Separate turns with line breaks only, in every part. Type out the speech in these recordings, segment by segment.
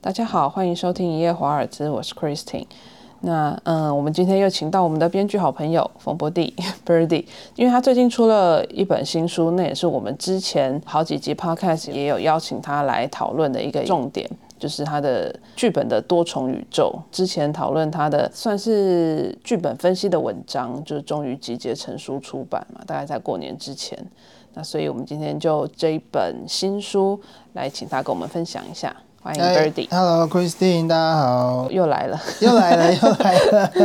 大家好，欢迎收听《一夜华尔兹》，我是 Christine。那嗯，我们今天又请到我们的编剧好朋友冯博弟 Birdy，因为他最近出了一本新书，那也是我们之前好几集 Podcast 也有邀请他来讨论的一个重点，就是他的剧本的多重宇宙。之前讨论他的算是剧本分析的文章，就是终于集结成书出版嘛，大概在过年之前。那所以我们今天就这一本新书来请他跟我们分享一下，欢迎
哎
Birdy。
Hello，Christine，大家好，
又来了，
又来了，又来
哎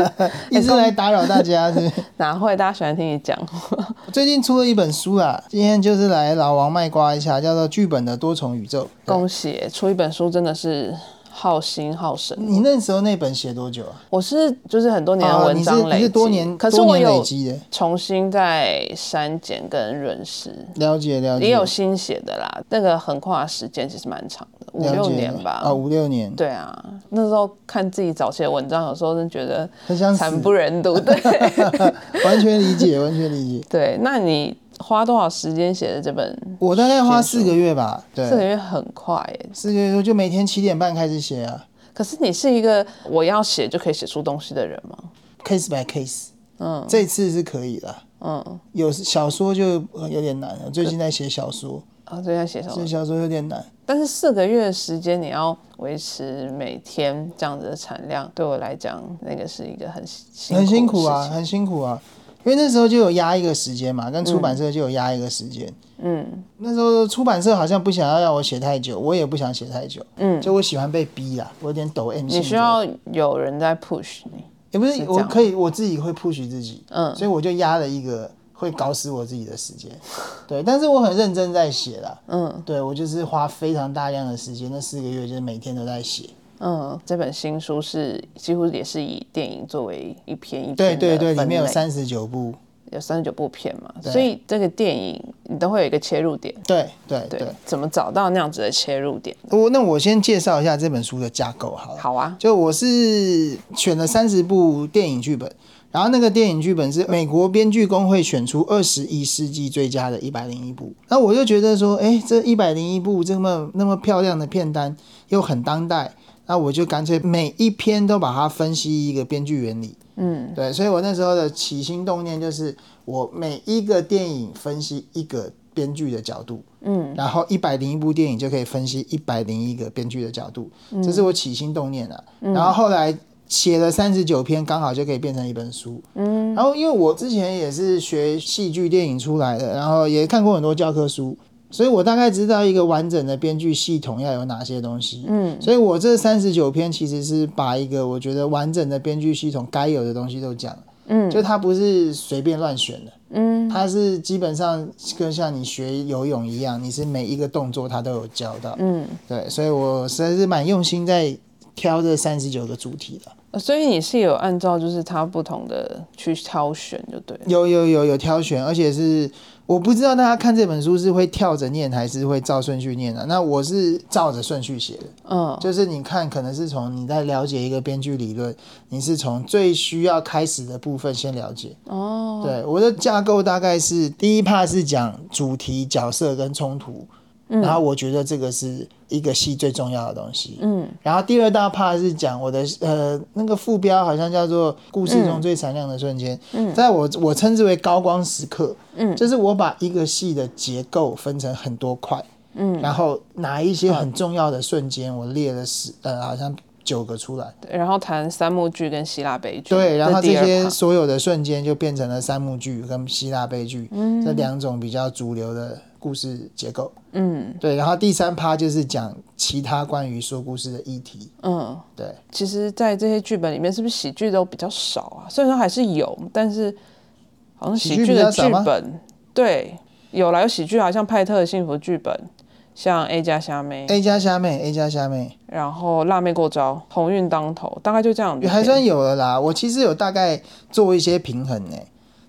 了，一直来打扰大家是不是
哪会大家喜欢听你讲话？
我最近出了一本书啦，今天就是来老王卖瓜一下，叫做《剧本的多重宇宙》。
恭喜出一本书真的是耗心耗神。
你那时候那本写多久啊？
我是就是很多年的
哦
文
你是
章累积、
你是多年，
可是
多
我
年累
有
积的，
重新再删减跟润饰，
了解了解，
也有新写的啦。那个横跨时间其实蛮长的，五
了
六
解
年吧。
啊，五六年，
对啊，那时候看自己早期的文章，有时候真觉得
很想死，
惨不忍睹。对
完全理解，完全理解。
对，那你花多少时间写的这本？
我大概花四个月吧，
这个
对，
月很快耶，
四个月我就每天七点半开始写啊
可是你是一个我要写就可以写出东西的人吗？
，case by case，
嗯
这次是可以了。
嗯，
有小说就呃有点难了，最近在写小说，
啊，最近在写什
所以
么？
小说有点难。
但是四个月的时间，你要维持每天这样子的产量，对我来讲，那个是一个很辛
很辛
苦
苦
的
啊，
事情。
很辛苦啊，因为那时候就有压一个时间嘛，跟出版社就有压一个时间。
嗯
那时候出版社好像不想要让我写太久，我也不想写太久，
嗯，
就我喜欢被逼啦，我有点抖 M 性
你
格。
需要有人在 push 你。
也不
是
是，
这
我
样
可以我自己会 push 自己，
嗯
所以我就压了一个会搞死我自己的时间。 对，但是我很认真在写啦。
嗯
对我就是花非常大量的时间，那四个月就是每天都在写。
嗯，这本新书是几乎也是以电影作为一篇一篇
对对对，
的
里
分
面有
类
三十九部。
有三十九部片嘛，
对
所以这个电影你都会有一个切入点。
对对
对，
对，
怎么找到那样子的切入点？
我那我先介绍一下这本书的架构好了。
好啊，
就我是选了三十部电影剧本，然后那个电影剧本是美国编剧工会选出二十一世纪最佳的一百零一部。那我就觉得说，哎，这一百零一部这么那么漂亮的片单，又很当代，那我就干脆每一篇都把它分析一个编剧原理。
嗯，
对，所以我那时候的起心动念就是，我每一个电影分析一个编剧的角度，嗯，然后一百零一部电影就可以分析一百零一个编剧的角度，这是我起心动念啊。然后后来写了三十九篇，刚好就可以变成一本书。嗯，然后因为我之前也是学戏剧电影出来的，然后也看过很多教科书。所以我大概知道一个完整的编剧系统要有哪些东西。嗯，所以我这三十九篇其实是把一个我觉得完整的编剧系统该有的东西都讲了。嗯，就它不是随便乱选的。嗯，它是基本上跟像你学游泳一样，你是每一个动作它都有教到。嗯，对，所以我实在是蛮用心在挑这三十九个主题的。
呃所以你是有按照就是它不同的去挑选，就对了。
有有有有挑选，而且是我不知道大家看这本书是会跳着念还是会照顺序念的、那我是照着顺序写的。
嗯
就是你看，可能是从你在了解一个编剧理论，你是从最需要开始的部分先了解。
哦，
对，我的架构大概是第一 part 是讲主题、角色跟冲突，然后我觉得这个是一个戏最重要的东西。
嗯，
然后第二大 part 是讲我的呃那个副标好像叫做故事中最闪亮的瞬间，嗯，在我我称之为高光时刻，嗯，就是我把一个戏的结构分成很多块，嗯，然后哪一些很重要的瞬间我列了十呃好像九个出来，
对然后谈三幕剧跟希腊悲剧，
对，然后这
第二
些
part
所有的瞬间就变成了三幕剧跟希腊悲剧、这两种比较主流的故事结构，
嗯
对，然后第三趴就是讲其他关于说故事的议题，
嗯，
对。
其实，在这些剧本里面，是不是喜剧都比较少啊？虽然说还是有，但是好像喜
喜剧
剧
比
的
较
剧
少吗
本，对，有啦，有喜剧啊，像派特的幸福剧本，像 A 加虾妹，
A 加虾妹，A 加虾妹，
然后辣妹过招，鸿运当头，大概就这样子。
还算有了啦。我其实有大概做一些平衡呢、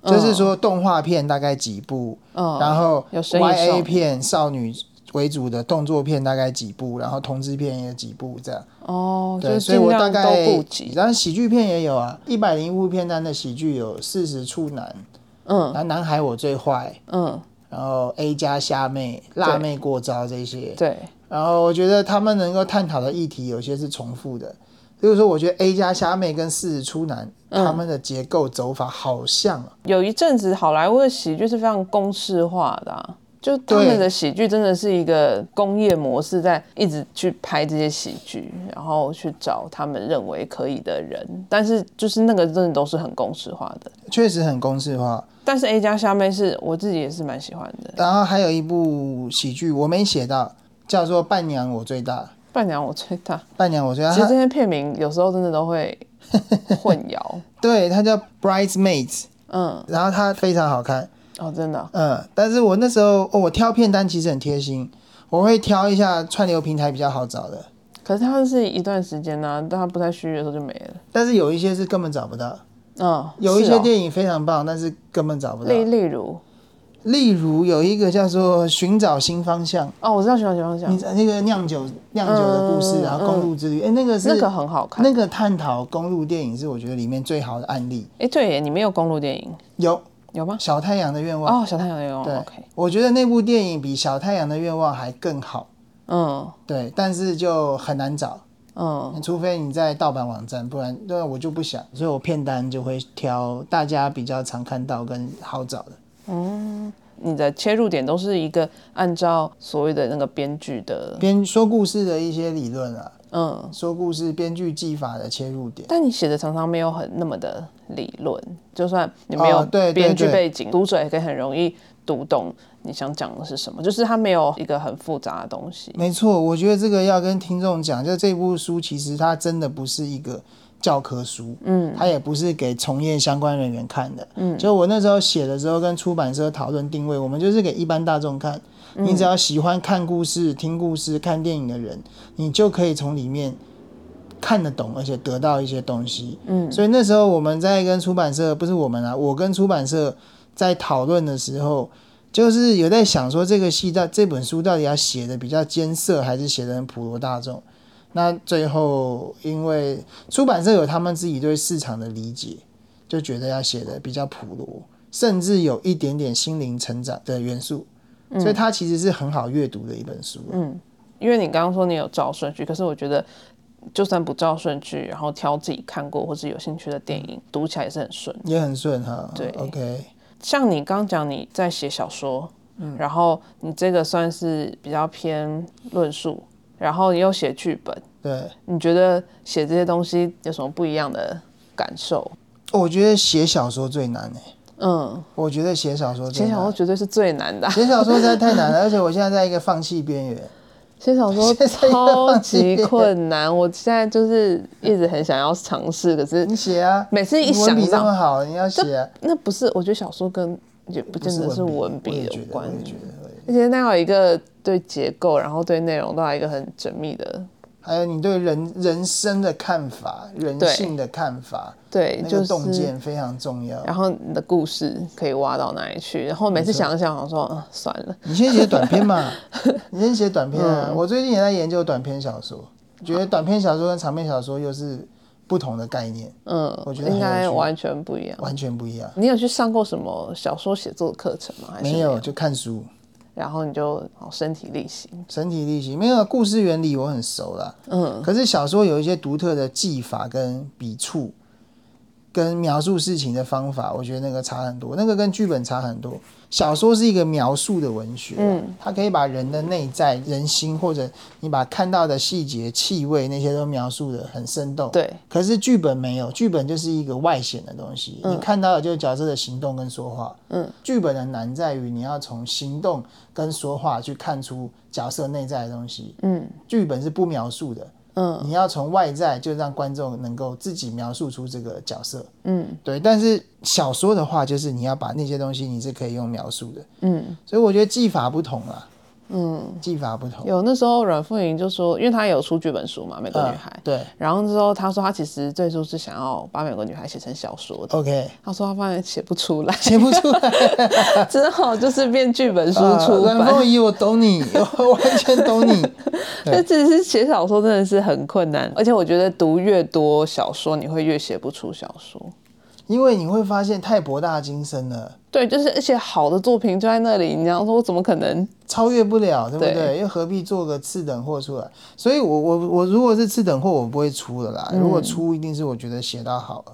就是说动画片大概几部，
嗯，
然后
有声有
Y
色
A 片少女为主的动作片大概几部，然后同志片也几部这样。
哦，就
对，
是
所以
尽
我大
量都
概
顾及，
然后喜剧片也有啊，一百零一部片单的喜剧有四十处男，
嗯
然后男孩我最坏，
嗯，
然后 A 加虾妹、辣妹过招这些，
对，
然后我觉得他们能够探讨的议题有些是重复的，比如说我觉得 A 加虾妹跟四十初男、
嗯
他们的结构走法好像、啊，
有一阵子好莱坞的喜剧是非常公式化的啊、就他们
对
的喜剧真的是一个工业模式，在一直去拍这些喜剧，然后去找他们认为可以的人，但是就是那个真的都是很公式化的。
确实很公式化。
但是 A 加虾妹是我自己也是蛮喜欢的，
然后还有一部喜剧我没写到，叫做《伴娘我最大》。
伴娘我最大。
伴娘我最大，
其实
它
这些片名有时候真的都会混淆。
对它叫《Bridesmaids》，
嗯，
然后它非常好看。
哦，真的啊、
嗯，但是我那时候、哦、我挑片单其实很贴心，我会挑一下串流平台比较好找的，
可是它是一段时间呢、啊，但它不太虚的时候就没了。
但是有一些是根本找不到，
嗯，
有一
是
些
哦
电影非常棒，但是根本找不到。
例例如，
例如有一个叫做《寻找新方向》，
哦，我知道《喜欢喜欢喜欢
你》，那个酿酒酿酒的故事，
嗯
然后公路之旅，哎、那个是
那个很好看。
那个探讨公路电影是我觉得里面最好的案例。
哎，对耶，你没有公路电影
有
有吗？
《小太阳的愿望》
哦，小太阳有
啊对
OK，
我觉得那部电影比《小太阳的愿望》还更好，
嗯
对，但是就很难找。
嗯，
除非你在盗版网站，不然那我就不想，所以我片单就会挑大家比较常看到跟好找的。
你的切入点都是一个按照所谓的那个编剧的，
编说故事的一些理论啊，
嗯，
说故事编剧技法的切入点，
但你写的常常没有很那么的理论，就算你没有
哦对对
编剧
对
背景，读者也可以很容易读懂你想讲的是什么，就是它没有一个很复杂的东西。
没错，我觉得这个要跟听众讲，就这部书其实它真的不是一个教科书，嗯，它也不是给从业相关人员看的，嗯，就我那时候写的时候跟出版社讨论定位，我们就是给一般大众看，你只要喜欢看故事、听故事、看电影的人，你就可以从里面。看得懂，而且得到一些东西，嗯，所以那时候我们在跟出版社，不是我们啊，我跟出版社在讨论的时候，就是有在想说这个戏到这本书到底要写的比较艰涩，还是写的很普罗大众？那最后因为出版社有他们自己对市场的理解，就觉得要写的比较普罗，甚至有一点点心灵成长的元素，
嗯
所以它其实是很好阅读的一本书。嗯，
因为你刚刚说你有照顺序，可是我觉得就算不照顺序，然后挑自己看过或是有兴趣的电
嗯
影，读起来也是很顺。
也很顺哈。
对
，OK，
像你刚讲你在写小说，嗯，然后你这个算是比较偏论述，然后你又写剧本，
对。
你觉得写这些东西有什么不一样的感受？
哦我觉得写小说最难诶、
嗯，
我觉得写小说最
写
难
小说绝对是最难的啊、
写小说实在太难了，而且我现在在一个放弃边缘。
写小说
写小说
超级困难，我现在就是一直很想要尝试，可是
你写啊，
每次一
你文
想
笔这
到
么好，你要写、啊，
那不是，我觉得小说跟也不见得是文
我
笔
也
有
觉得，我
关，
也觉得，我也觉得
而且那要有一个对结构，然后对内容都要有一个很缜密的，
还有你对人人生的看法、人性的看法，
对，
那
就
个
是
洞见非常重要。
然后你的故事可以挖到哪里去？然后每次想一想，我说嗯，算了，
你先写短 篇嘛，你先写短篇
嗯
啊。我最近也在研究短篇小说，觉得短篇小说跟长篇小说又是不同的概念，
嗯，
我觉得很
应
有
该
趣
完全不一样。
完全不一样。
你有去上过什么小说写作的课程吗？还是
没有，就看书，
然后你就哦身体力行，
身体力行。没有故事原理我很熟啦，
嗯，
可是小说有一些独特的技法跟笔触，跟描述事情的方法，我觉得那个差很多，那个跟剧本差很多。小说是一个描述的文学，嗯，它可以把人的内在、人心，或者你把看到的细节、气味那些都描述的很生动。
对，
可是剧本没有，剧本就是一个外显的东西，你看到的就是角色的行动跟说话。嗯，剧本的难在于你要从行动跟说话去看出角色内在的东西。嗯，剧本是不描述的。嗯，你要从外在就让观众能够自己描述出这个角色。嗯，对。但是小说的话，就是你要把那些东西你是可以用描述的。嗯，所以我觉得技法不同啦。嗯，技法不同。
有那时候阮富莹就说，因为她有出剧本书嘛，《美国女孩》
啊对
然后之后她说她其实最初是想要把《美国女孩》写成小说的，
，OK，
她说她发现写不出 来，
写不出来。啊
只好就是变剧本书出
阮
版。
凤仪，我 懂你，我完全懂你。
但其实写小说真的是很困难，而且我觉得读越多小说，你会越写不出小说。
因为你会发现太博大精深了，
对，就是而且好的作品就在那里，你这样说，我怎么可能？
超越不了，对不对？
对
又何必做个次等货出来？所以我，我我如果是次等货，我不会出的啦。
嗯
如果出，一定是我觉得写到好了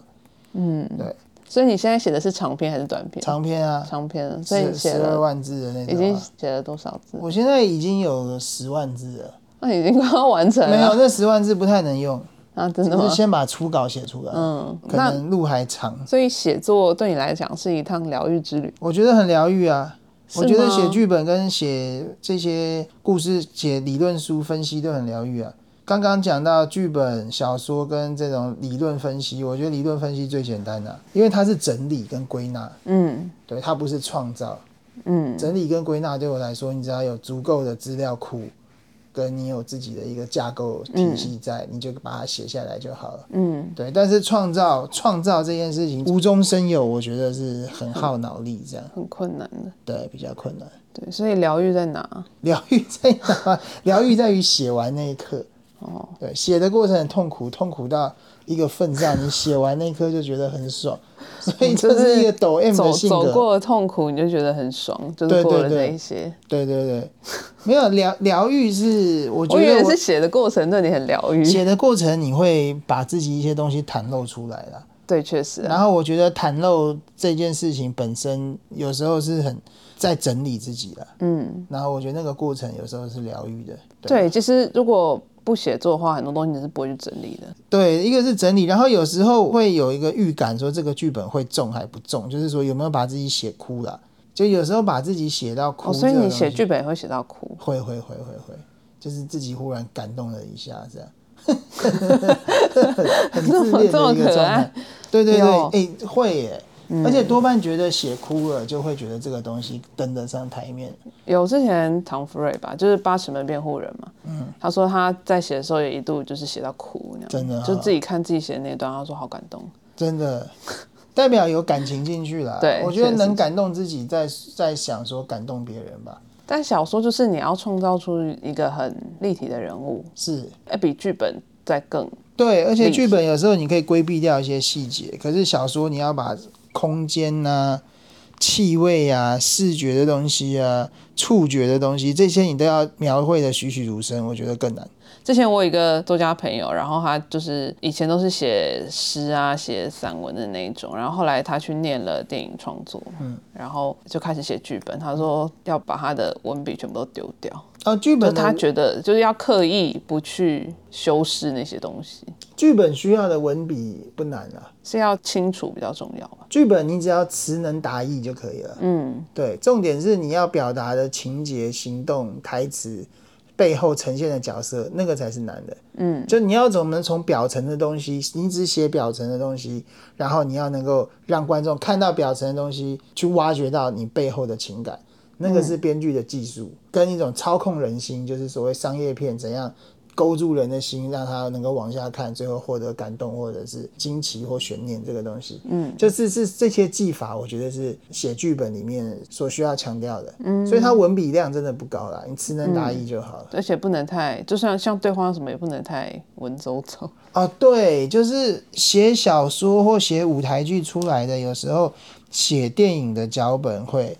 所以你现在写的是长篇还是短篇？
长篇啊，
长篇了，所以
十
你写
十二
了
万字的那
已
种
经
啊、
写了多少字？
我现在已经有十万字了，
那、已经快要完成
没有
了
那十万字不太 能用，
啊！真的
就
吗
是？先把初稿写出来，
嗯，
可
那
能路还长。
所以写作对你来讲是一趟疗愈之旅。
我觉得很疗愈啊。我
是
觉得
吗
写剧本跟写这些故事、写理论书分析都很疗愈啊。刚刚讲到剧本、小说跟这种理论分析，我觉得理论分析最简单的、因为它是整理跟归纳，
嗯
对，它不是创造。
嗯，
整理跟归纳对我来说，你只要有足够的资料库，跟你有自己的一个架构体系在，你就把它写下来就好了。
嗯，
对，但是创造创造这件事情无中生有，我觉得是很耗脑力，这样
很困难的。
对比较困难。
对，所以疗愈在哪？
疗愈在哪？疗愈在于写完那一刻。哦，对，写的过程很痛苦，痛苦到一个份上，你写完那一刻就觉得很 爽，所以这是一个抖 M
走
的性
走
格。
过了痛苦，你就觉得很爽，就是
对
过
对
了
对
这一些。
对对对，没有疗疗愈是，我觉
我以
得
为
我
是写的过程对你很疗愈。
写的过程你会把自己一些东西袒露出来啦。
对，确实啊、
然后我觉得袒露这件事情本身有时候是很在整理自己啦。
嗯，
然后我觉得那个过程有时候是疗愈的。对。
对，其实如果不写作的话，很多东西你是不会去整理的。
对，一个是整理，然后有时候会有一个预感，说这个剧本会中还不中，就是说有没有把自己写哭了。就有时候把自己写到哭、
哦，所以你写，剧本也会写到哭，
会会会会会，就是自己忽然感动了一下，这 样，
这么
很自恋的一
这
个
么可
状态
爱。嗯
对对对，
有
哎、会耶、而且多半觉得写哭了，就会觉得这个东西登得上台面。
有之前唐福瑞吧，就是八尺门辩护人嘛，嗯，他说他在写的时候也一度就是写到哭那样，
真的啊
就自己看自己写的那段，他说好感动，
真的代表有感情进去了。
对
我觉得
确实
能感动自己在，在想说感动别人吧，
但小说就是你要创造出一个很立体的人物，
是。
哎，比剧本再更
对，而且
立
剧本有时候你可以规避掉一些细节，可是小说你要把空间呐、气味啊、视觉的东西啊、触觉的东西，这些你都要描绘的栩栩如生，我觉得更难。
之前我有一个作家朋友，然后他就是以前都是写诗啊、写散文的那一种，然后后来他去念了电影创作，嗯，然后就开始写剧本。他说要把他的文笔全部都丢掉，
哦，剧
就
本
他
的
觉得就是要刻意不去修饰那些东西，
剧本需要的文笔不难啊，
是要清楚比较重要吧。
剧本你只要词能达意就可以了。
嗯，
对，重点是你要表达的情节、行动、台词背后呈现的角色，那个才是难的。
嗯，
就你要怎么从表层的东西，你只写表层的东西，然后你要能够让观众看到表层的东西，去挖掘到你背后的情感，那个是编剧的技术，跟一种操控人心，就是所谓商业片怎样。勾住人的心，让他能够往下看，最后获得感动或者是惊奇或悬念这个东西。就是是这些技法，我觉得是写剧本里面所需要强调的。嗯，所以它文笔量真的不高啦，你词能达意就好了。
而且不能太，就算像对话什么也不能太文绉绉。
哦，对，就是写小说或写舞台剧出来的，有时候写电影的脚本会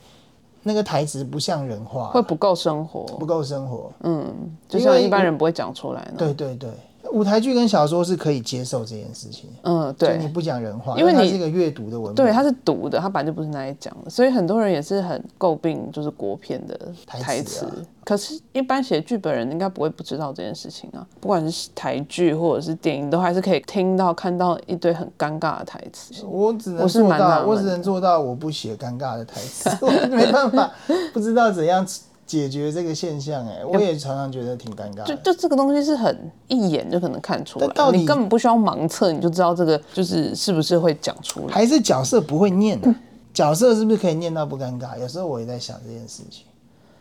那个台词不像人话，
会不够生活，
不够生活。
嗯，就
因为
像一般人不会讲出来呢。
对对对，舞台剧跟小说是可以接受这件事情，
嗯，
就你
对，
不讲人话，
因为
它
你
是一个阅读的文笔，
对，它是读的，它本来就不是拿来讲的，所以很多人也是很诟病就是国片的
台词
台
啊
词。可是，一般写剧本人应该不会不知道这件事情啊，不管是台剧或者是电影，都还是可以听到看到一堆很尴尬的台词。
我只能
我是
做
蛮纳
到，
闷
我只能做到我不写尴尬的台词，我没办法， 不知道怎样解决这个现象、哎，我也常常觉得挺尴尬
就
的。
就这个东西是很一眼就可能看出来
啊但到
的，
底
你根本不需要盲测，你就知道这个就是是不是会讲出来。
还是角色不会念、啊，角色是不是可以念到不尴尬？有时候我也在想这件事情。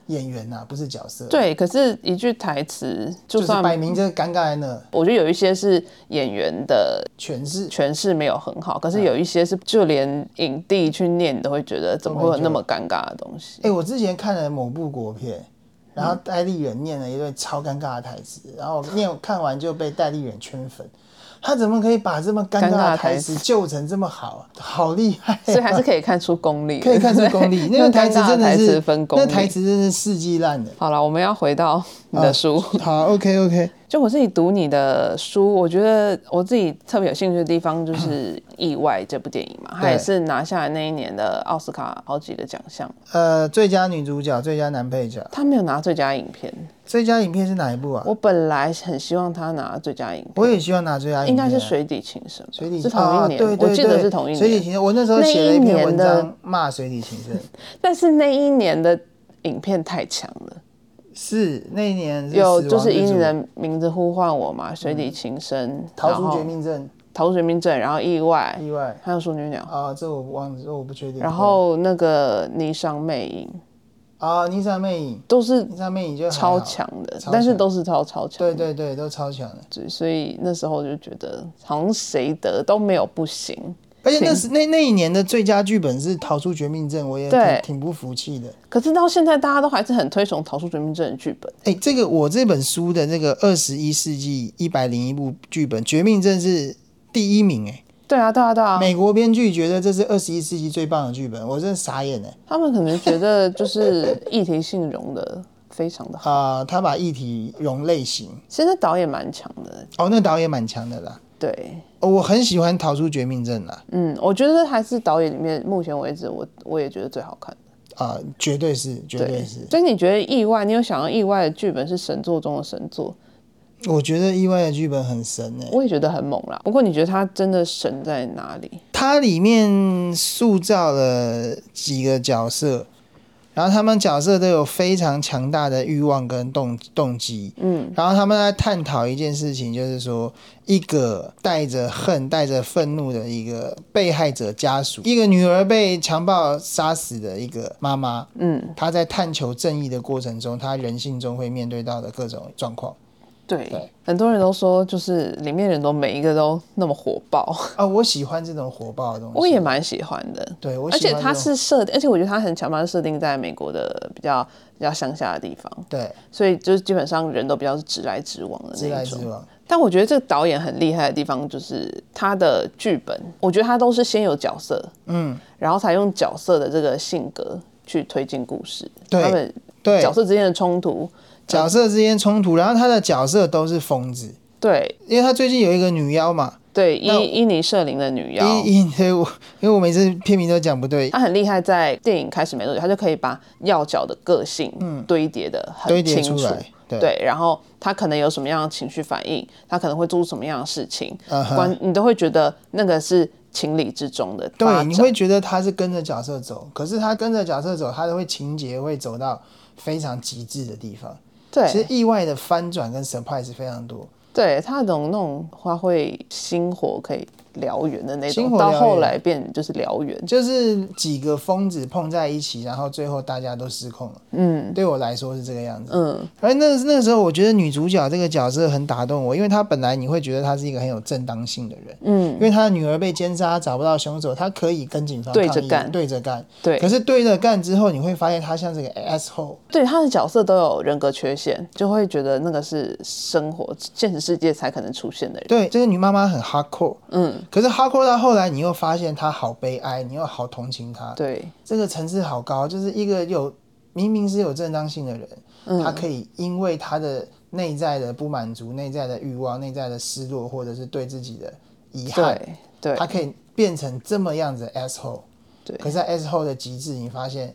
演员呐、不是角色，
对，可是一句台词，就
就是
算
摆明就是尴尬在那，
我觉得有一些是演员的
诠释
诠释没有很好，可
嗯
是有一些是就连影帝去念，你都会觉得怎么会有那么尴尬的东西
哎、？我之前看了某部国片，然后戴立忍念了一段超尴尬的台词，然后念看完就被戴立忍圈粉。他怎么可以把这么尴
尴尬的
尬
台
的台词救成这么好啊？好厉害、啊
所以还是可以看出功力的，
可以看出 功力，那个台词
尴尬
真的
台
是
词分功力。
那台词真的是世纪烂的。
好了，我们要回到你的书。
好，OK OK，
就我自己读你的书，我觉得我自己特别有兴趣的地方
嗯
就是《意外》这部电影嘛，它也是拿下来那一年的奥斯卡好几个奖项，
呃，最佳女主角、最佳男配角、
它没有拿最佳影片。
最佳影片是哪一部啊？
我本来很希望他拿最佳影片，
我也希望拿最佳影
应
片啊、
该是水底情深吧，
水底
是同一年，
啊、对对
我记
对
得是同一
水底
年。
情深，我那时候写了一篇文章骂水底情 深，
但是那一年的影片太强了，
是那一年是
有
死亡
就是以
之
你
主嗯
的名字呼唤我嘛，水底情深，
逃
然
出
后
绝命镇
逃出绝命镇，然后意外，
意外
还有淑女鸟，
啊，这我忘了，这我不确定。
然后那个霓裳魅影
啊，霓裳魅影，
都是
霓裳魅影就还好
超，强的，
啊超
但是
强
都是超超强
对对对，都超强的。
的，所以那时候就觉得好像谁得都没有不行。
而且那是那那一年的最佳剧本是《逃出绝命镇》，我也
对
挺挺不服气的。
可是到现在，大家都还是很推崇《逃出绝命镇》的剧本。
哎、这个我这本书的那个二十一世纪一百零一部剧本，《绝命镇》是第一名哎、
对啊，对啊，对啊，
美国编剧觉得这是二十一世纪最棒的剧本，我真的傻眼哎、
他们可能觉得就是议题性融的非常的好。
啊、他把议题融类型，
其实导演蛮强的，
哦，那导演蛮强的啦。
对，
哦，我很喜欢《逃出绝命镇》啦，
嗯，我觉得还是导演里面目前为止我我也觉得最好看的。
啊、绝对是，绝对是。
所以你觉得意外？你有想到意外的剧本是神作中的神作？
我觉得意外的剧本很神哎、
我也觉得很猛啦。不过你觉得它真的神在哪里？
它里面塑造了几个角色，然后他们角色都有非常强大的欲望跟动动机，嗯，然后他们在探讨一件事情，就是说一个带着恨、带着愤怒的一个被害者家属，一个女儿被强暴杀死的一个妈妈，嗯，她在探求正义的过程中，她人性中会面对到的各种状况。
对，
对
很多人都说，就是里面人都每一个都那么火爆，
啊，我喜欢这种火爆的东西，
我也蛮喜欢的。
对我
而
喜
且
欢这种，
它是设，而且我觉得它很强，把它设定在美国的比较比较乡下的地方，
对
所以就是基本上人都比较是直来直往的
直
那
来
一
直
种。
往，
但我觉得这个导演很厉害的地方就是他的剧本，我觉得他都是先有角色，
嗯，
然后才用角色的这个性格去推进故事，
对
他们
对，
角色之间的冲突，
角色之间冲突，然后他的角色都是疯子，
对
因为他最近有一个女妖嘛，
对，伊
那
伊尼舍林的女妖，
因 因所以我因为我每次片名都讲不对，
她很厉害，在电影开始没多久，她就可以把要角的个性堆叠的
嗯堆
很
叠
清
出
楚。
来，对，
对，然后她可能有什么样的情绪反应，她可能会做出什么样的事情，
嗯哼
关你都会觉得那个是情理之中的发
对，
展。
你会觉得他是跟着角色走，可是他跟着角色走，他都会情节会走到非常极致的地方。其
对
实意外的翻转跟 surprise 非常多，
对，她那种那种花卉星火可以燎原的那
星
种，
火
到
燎
后
原
来变就是燎原。
就是几个疯子碰在一起，然后最后大家都失控了。嗯，对我来说是这个样子。
嗯，
而哎那那时候，我觉得女主角这个角色很打动我，因为她本来你会觉得她是一个很有正当性的人，嗯，因为她的女儿被奸杀，找不到凶手，她可以跟警方
对着
抗议
干
对着干。
对
可是对着干之后，你会发现她像是个 asshole，
对她的角色都有人格缺陷，就会觉得那个是生活现实世界才可能出现的人。
对，这个女妈妈很 hardcore，
嗯，
可是 hardcore 到后来，你又发现她好悲哀，你又好同情她，
对
这个层次好高，就是一个有明明是有正当性的人，
嗯
他可以因为他的内在的不满足、内在的欲望、内在的失落，或者是对自己的遗憾，
对对
他可以变成这么样子的 asshole。
对
可是在 asshole 的极致，你发现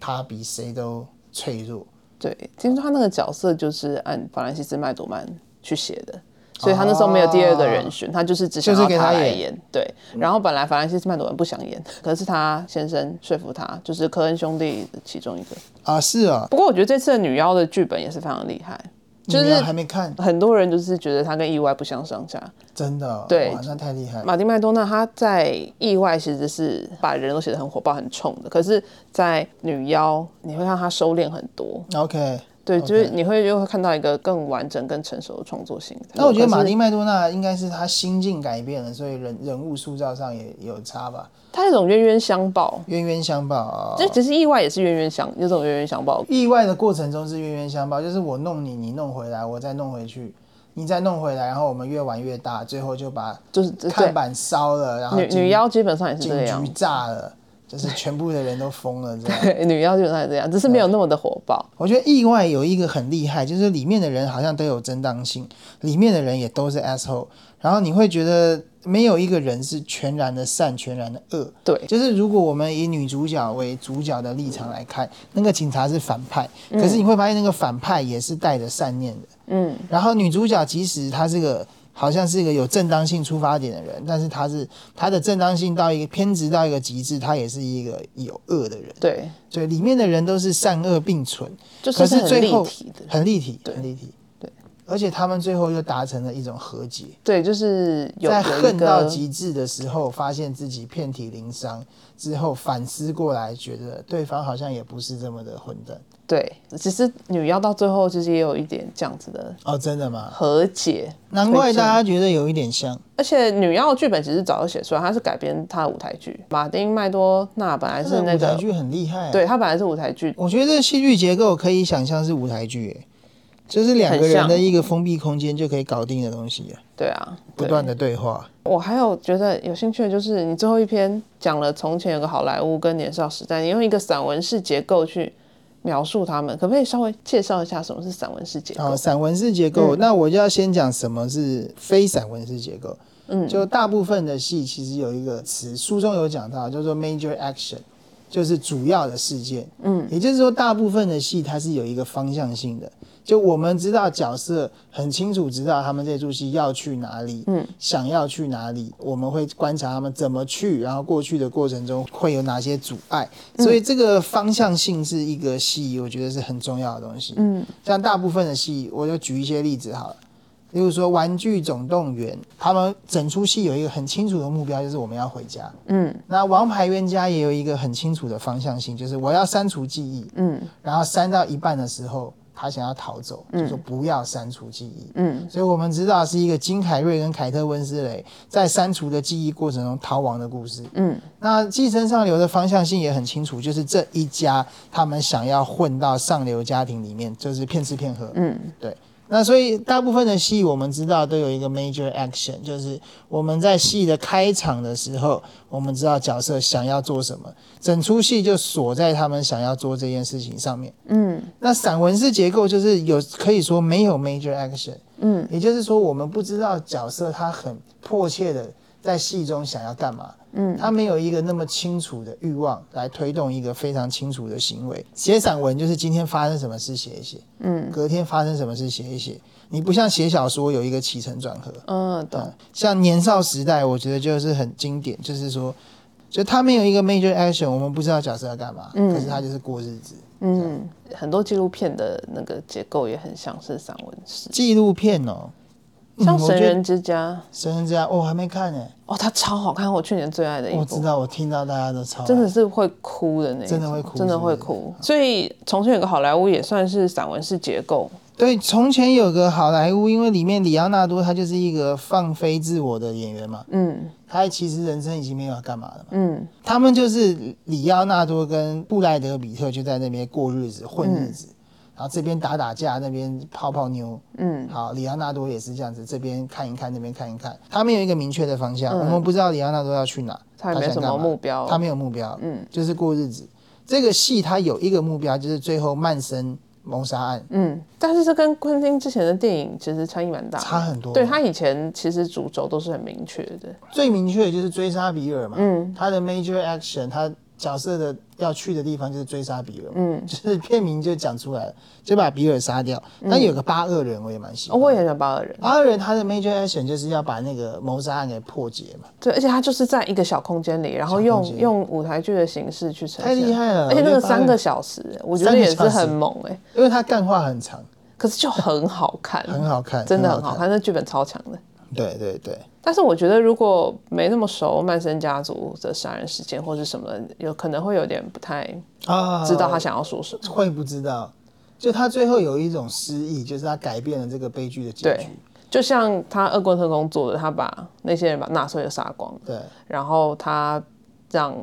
他比谁都脆弱。
对，听说他那个角色就是按法兰西斯麦朵曼去写的。所以他那时候没有第二个人选，他就是只想
哦就是
要
给
他
他
来
演嗯
演。对，然后本来法兰西斯麦朵曼不想演，可是他先生说服他，就是科恩兄弟的其中一个。
啊，是啊，
不过我觉得这次的女妖的剧本也是非常厉害，
你
就是
们还没看，
很多人就是觉得她跟意外不相上下。
真的哦，
对
哇，那太厉害了。
马丁麦多纳他在意外其实是把人都写得很火爆、很冲的，可是，在女妖你会看她收敛很多，
OK，
对，就是你会又会看到一个更完整、更成熟的创作形态。
那我觉得
可
马
是
丁麦多纳应该是他心境改变了，所以人人物塑造上也有差吧，
他那种冤冤相报，
冤冤相报啊。
就只是意外也是冤冤相，有种冤冤相报。
意外的过程中是冤冤相报，就是我弄你，你弄回来，我再弄回去，你再弄回来，然后我们越玩越大，最后就把
就是对
看板烧了，然后
女女妖基本上也是
警
这样
局，炸了，就是全部的人都疯了这样。
对， 女妖基本上也这样，只是没有那么的火爆。
我觉得意外有一个很厉害，就是里面的人好像都有正当性，里面的人也都是 asshole，然后你会觉得没有一个人是全然的善、全然的恶。
对
就是如果我们以女主角为主角的立场来看，那个警察是反派，可是你会发现那个反派也是带着善念的。
嗯，
然后女主角即使她是个好像是一个有正当性出发点的人，但是她是她的正当性到一个偏执到一个极致，她也是一个有恶的人。
对，
所以里面的人都是善恶并存。
就是
可是
很
最
立
后
体的。
很立体，
对
很立体，
对。
而且他们最后又达成了一种和解，
对，就是有
在
有一
恨到
个
极致的时候，发现自己遍体鳞伤，之后反思过来，觉得对方好像也不是这么的混蛋。
对，其实女妖到最后其实也有一点这样子的
哦，真的吗？
和解，
难怪大家觉得有一点像。
而且女妖的剧本其实早就写出来，它是改编她的舞台剧。马丁麦多纳本来
但
是那
舞台
个，
剧很厉害、啊，。
对，他本来是舞台剧，
我觉得这个戏剧结构可以想象是舞台剧、欸，就是两个
很像
人的一个封闭空间就可以搞定的东西、啊，
对啊，
不
对
断的对话。
我还有觉得有兴趣的就是你最后一篇讲了从前有个好莱坞跟年少时代，你用一个散文式结构去描述他们，可不可以稍微介绍一下什么是散文式结构？
哦，散文式结构，那我就要先讲什么是非散文式结构。嗯，就大部分的戏其实有一个词，书中有讲到，叫做 major action，就是主要的事件。嗯，也就是说，大部分的戏它是有一个方向性的，就我们知道角色很清楚知道他们这出戏要去哪里，嗯，想要去哪里，我们会观察他们怎么去，然后过去的过程中会有哪些阻碍，所以这个方向性是一个戏，我觉得是很重要的东西。嗯，像大部分的戏，我就举一些例子好了。例如说《玩具总动员》，他们整出戏有一个很清楚的目标，就是我们要回家。嗯，那《王牌冤家》也有一个很清楚的方向性，就是我要删除记忆。嗯，然后删到一半的时候，他想要逃走，就说不要删除记忆。嗯，所以我们知道是一个金凯瑞跟凯特温斯雷在删除的记忆过程中逃亡的故事。嗯，那《寄生上流》的方向性也很清楚，就是这一家他们想要混到上流家庭里面，就是骗吃骗喝。嗯，对。那所以大部分的戏我们知道都有一个 major action，就是我们在戏的开场的时候，我们知道角色想要做什么，整出戏就锁在他们想要做这件事情上面。嗯，那散文式结构就是有可以说没有 major action，嗯，也就是说我们不知道角色他很迫切的在戏中想要干嘛。嗯，他没有一个那么清楚的欲望来推动一个非常清楚的行为。写散文就是今天发生什么事写一写，嗯，隔天发生什么事写一写。你不像写小说有一个起承转合，
嗯，懂。
嗯，像年少时代，我觉得就是很经典，就是说，就他没有一个 major action，我们不知道角色要干嘛，可是他就是过日子。
嗯，很多纪录片的那个结构也很像是散文式，
纪录片哦，嗯
像《
我
神
觉得
人之家
神人之家，哦我还没看呢，》
哦，它超好看，我去年最爱的一
我
部
知。道，我听到大家都超爱
真的是会哭的那一种，
真的会哭
真的会
是不
哭。所以《从前有个好莱坞》也算是散文式结构，
对，从前有个好莱坞，因为里面里奥纳多他就是一个放飞自我的演员嘛，
嗯
他其实人生已经没有要干嘛了嘛。
嗯，
他们就是里奥纳多跟布莱德比特就在那边过日子、混日
嗯
子，然后这边打打架，那边泡泡妞。嗯，好，里奥纳多也是这样子，这边看一看，那边看一看，他没有一个明确的方向，我们不知道里奥纳多要去哪，
嗯他也没
想
什
干
么
嘛
目标
他没有目标，嗯，就是过日子。这个戏他有一个目标，就是最后曼森谋杀案，
嗯，但是这跟昆汀之前的电影其实差异蛮大的，
差很多
对他以前其实主轴都是很明确的，
最明确的就是追杀比尔嘛，他的 major action，他角色的要去的地方就是追杀比尔，嗯，就是片名就讲出来了，就把比尔杀掉。但有个八恶人，我也蛮喜
哦
欢。
我也很喜欢八二人，
八恶人他的 major action 就是要把那个谋杀案给破解嘛，
对，而且他就是在一个小空间里，然后用
间
用舞台剧的形式去呈现，
太厉害了
而且那
我觉
个
得八二
三个小时，我觉得也是
三个小时
很猛哎、
因为他干话很长，
可是就很好看，
很好看，
真的很
很
好。看，那剧本超强的。
对对对，
但是我觉得，如果没那么熟曼森家族的杀人事件或是什么，有可能会有点不太
啊，
知道他想要说什么。
会不知道，就他最后有一种失忆，就是他改变了这个悲剧的结
对
局。，
就像他恶棍特工做的，他把那些人把纳粹的杀光，
对，
然后他让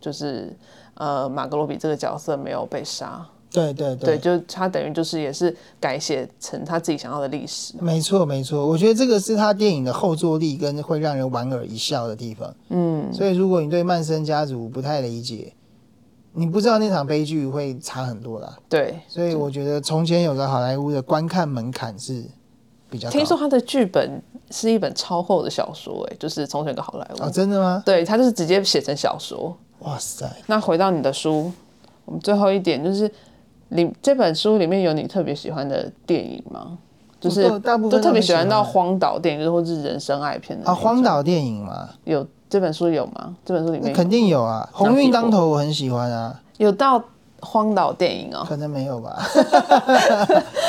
就是呃马格罗比这个角色没有被杀，
对对
对，就他等于就是也是改写成他自己想要的历史。
没错，没错，我觉得这个是他电影的后坐力跟会让人莞尔一笑的地方。嗯，所以如果你对曼森家族不太理解，你不知道那场悲剧会差很多啦。
对，
所以我觉得从前有个好莱坞的观看门槛是比较高。
听说他的剧本是一本超厚的小说、哎，就是从前个好莱坞。
哦，真的吗？
对他就是直接写成小说。
哇塞，
那回到你的书，我们最后一点就是，里这本书里面有你特别喜欢的电影吗？就是
我大部分
就特别
都很喜
喜欢到
欢
荒岛电影，就是或是人生爱片的那
啊，
种
荒岛电影嘛，
有这本书有吗？这本书里面
肯定有啊，《鸿运当头》我很喜欢啊，
有到荒岛电影哦，
可能没有吧。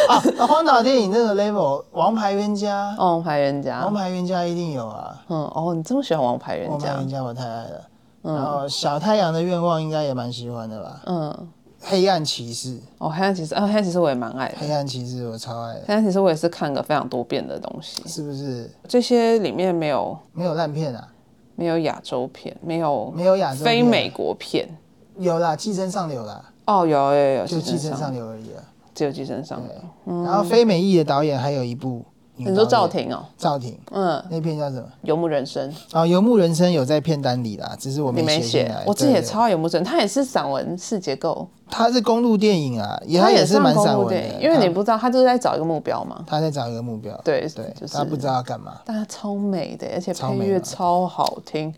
啊，啊荒岛电影这个 level，《王牌冤家》
《王牌冤家
王》牌冤家》一定有啊，
嗯哦，你这嗯么喜欢《王牌冤
王牌
家》
冤家我太爱了。然后《小太阳的愿望》应该也蛮喜欢的吧，
嗯
《黑暗骑士》《
哦，黑暗骑士啊，黑暗骑士我也蛮爱的，
黑暗骑士》我超爱的，
黑暗骑士我也是看个非常多遍的东西。
是不是
这些里面没有
没有烂片啊？
没有亚洲片，没有
没有亚洲
非
片啊
美国片
有啦，《寄生上流》啦，
哦，有有有，
就《寄
寄生
生
上
上流》而已啊。
只有寄生上流。
然后非美裔的导演还有一部女导演，
你说赵婷哦，
赵婷
嗯，
那片叫什么？
《游牧人生》
啊，《游牧人生》有在片单里啦，只是我
你没
写
写
进来。，
我自己也
对，
超爱《游牧人生》，它也是散文式结构，
他是公路电影啊，也
它
他也是
算
蛮
公
散
路
文
电影，
的，
因为你
他
不知道，它就是在找一个目标嘛。
他在找一个目标，
对
对，
就是
他不知道要干嘛。
但它超美的，而且
超
配
美
乐
嘛嗯
超好听，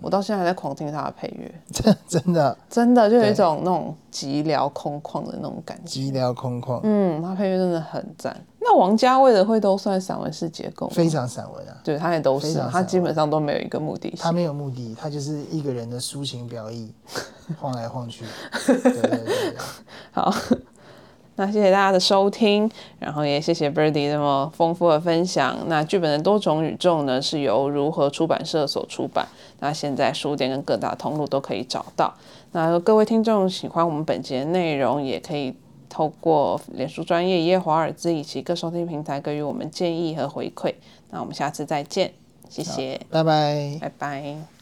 我到现在还在狂听它的配乐，
真真的
真的就有一
对
种那种寂寥空旷的那种感觉。
寂寥空旷，
嗯，它配乐真的很赞。那王家卫的会都算散文式结构吗？
非常散文啊。
对，他也都
非
是
常
嘛，
散
他
文
基本上都没有一个目的
他
性。
没有目的，他就是一个人的抒情表意，晃来晃去。对对对对，
好， 那谢谢大家的收听，然后也谢谢 Birdy 这么丰富的分享。那剧本的多种宇宙呢，是由如何出版社所出版。那现在书店跟各大通路都可以找到。那各位听众喜欢我们本节的内容，也可以透过脸书专业耶华尔兹以及各收听平台给予我们建议和回馈。那我们下次再见，谢谢，
拜拜。
拜拜。